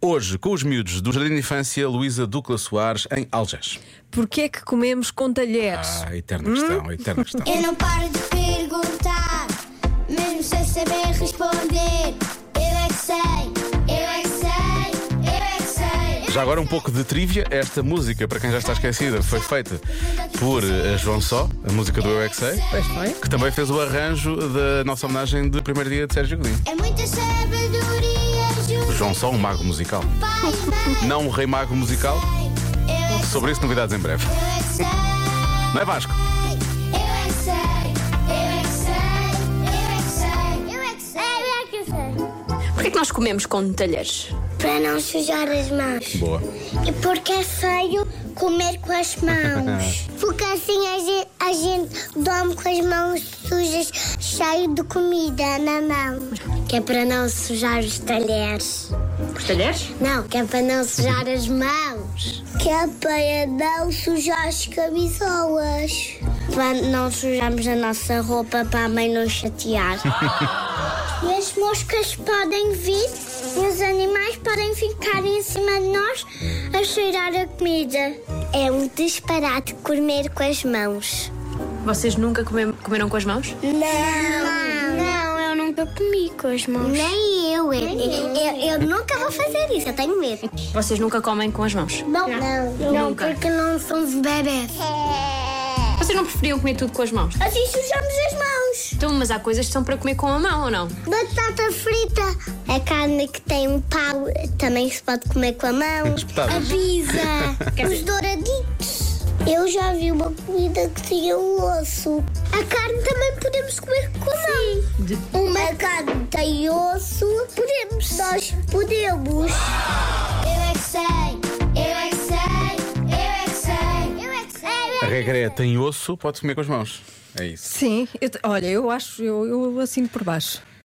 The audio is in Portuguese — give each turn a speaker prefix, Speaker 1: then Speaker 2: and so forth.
Speaker 1: Hoje, com os miúdos do Jardim de Infância Luísa Ducla Soares, em Algés.
Speaker 2: Porquê é que comemos com talheres?
Speaker 1: Ah, eterna questão, eterna questão.
Speaker 3: Eu não paro de perguntar, mesmo sem saber responder. Eu é que sei, eu é que sei, eu é que sei.
Speaker 1: Já agora um pouco de trivia. Esta música, para quem já está esquecida, foi feita por eh, João Só, a música do Eu é que Sei,
Speaker 2: Pois foi.
Speaker 1: que também fez o arranjo da nossa homenagem de primeiro dia de Sérgio Godinho.
Speaker 3: É muita sabedoria junto
Speaker 1: João Só, um mago musical.
Speaker 3: ao pai e mãe.
Speaker 1: Não um rei mago musical.
Speaker 3: Eu é que
Speaker 1: Sobre isso, novidades em breve.
Speaker 3: eu é que sei.
Speaker 1: Não é Vasco?
Speaker 3: Eu é que sei, eu é que sei, eu é que sei. Eu é que sei, eu é que
Speaker 4: Porquê é que nós comemos com talheres?
Speaker 3: sei. Para não sujar as mãos.
Speaker 1: Boa.
Speaker 3: E porque é feio comer com as mãos. Porque assim a gente, a gente dorme com as mãos sujas, cheio de comida na mão. Que é para não sujar os talheres.
Speaker 4: Os talheres?
Speaker 3: Não, que é para não sujar as mãos. Que é para não sujar as camisolas. Para não sujarmos a nossa roupa para a mãe não chatear. e as moscas podem vir e os animais podem ficar em cima de nós a cheirar a comida. É um disparate comer com as mãos.
Speaker 4: Vocês nunca come- comeram com as mãos?
Speaker 3: Não. Não, eu nunca comi com as mãos. Nem eu. Eu, eu, eu nunca vou fazer isso, eu tenho medo.
Speaker 4: Vocês nunca comem com as mãos?
Speaker 3: Não, não,
Speaker 4: Nunca.
Speaker 3: porque não somos bebês. É.
Speaker 4: Vocês não preferiam comer tudo com as mãos?
Speaker 3: Assim sujamos as mãos.
Speaker 4: Então, mas há coisas que são para comer com a mão ou não?
Speaker 3: Batata frita. A carne que tem um pau também se pode comer com a mão.
Speaker 1: Espetadas.
Speaker 3: A pizza. Os douradinhos. Eu já vi uma comida que tinha um osso. A carne também podemos comer com a mão. Uma carne tem osso. Podemos. Nós podemos. Eu é que sei. Eu é que sei. Eu é que sei. Eu é que sei.
Speaker 1: A regra é: tem osso, pode comer com as mãos. É isso.
Speaker 2: Sim, eu te- olha, eu acho, eu, eu assino por baixo.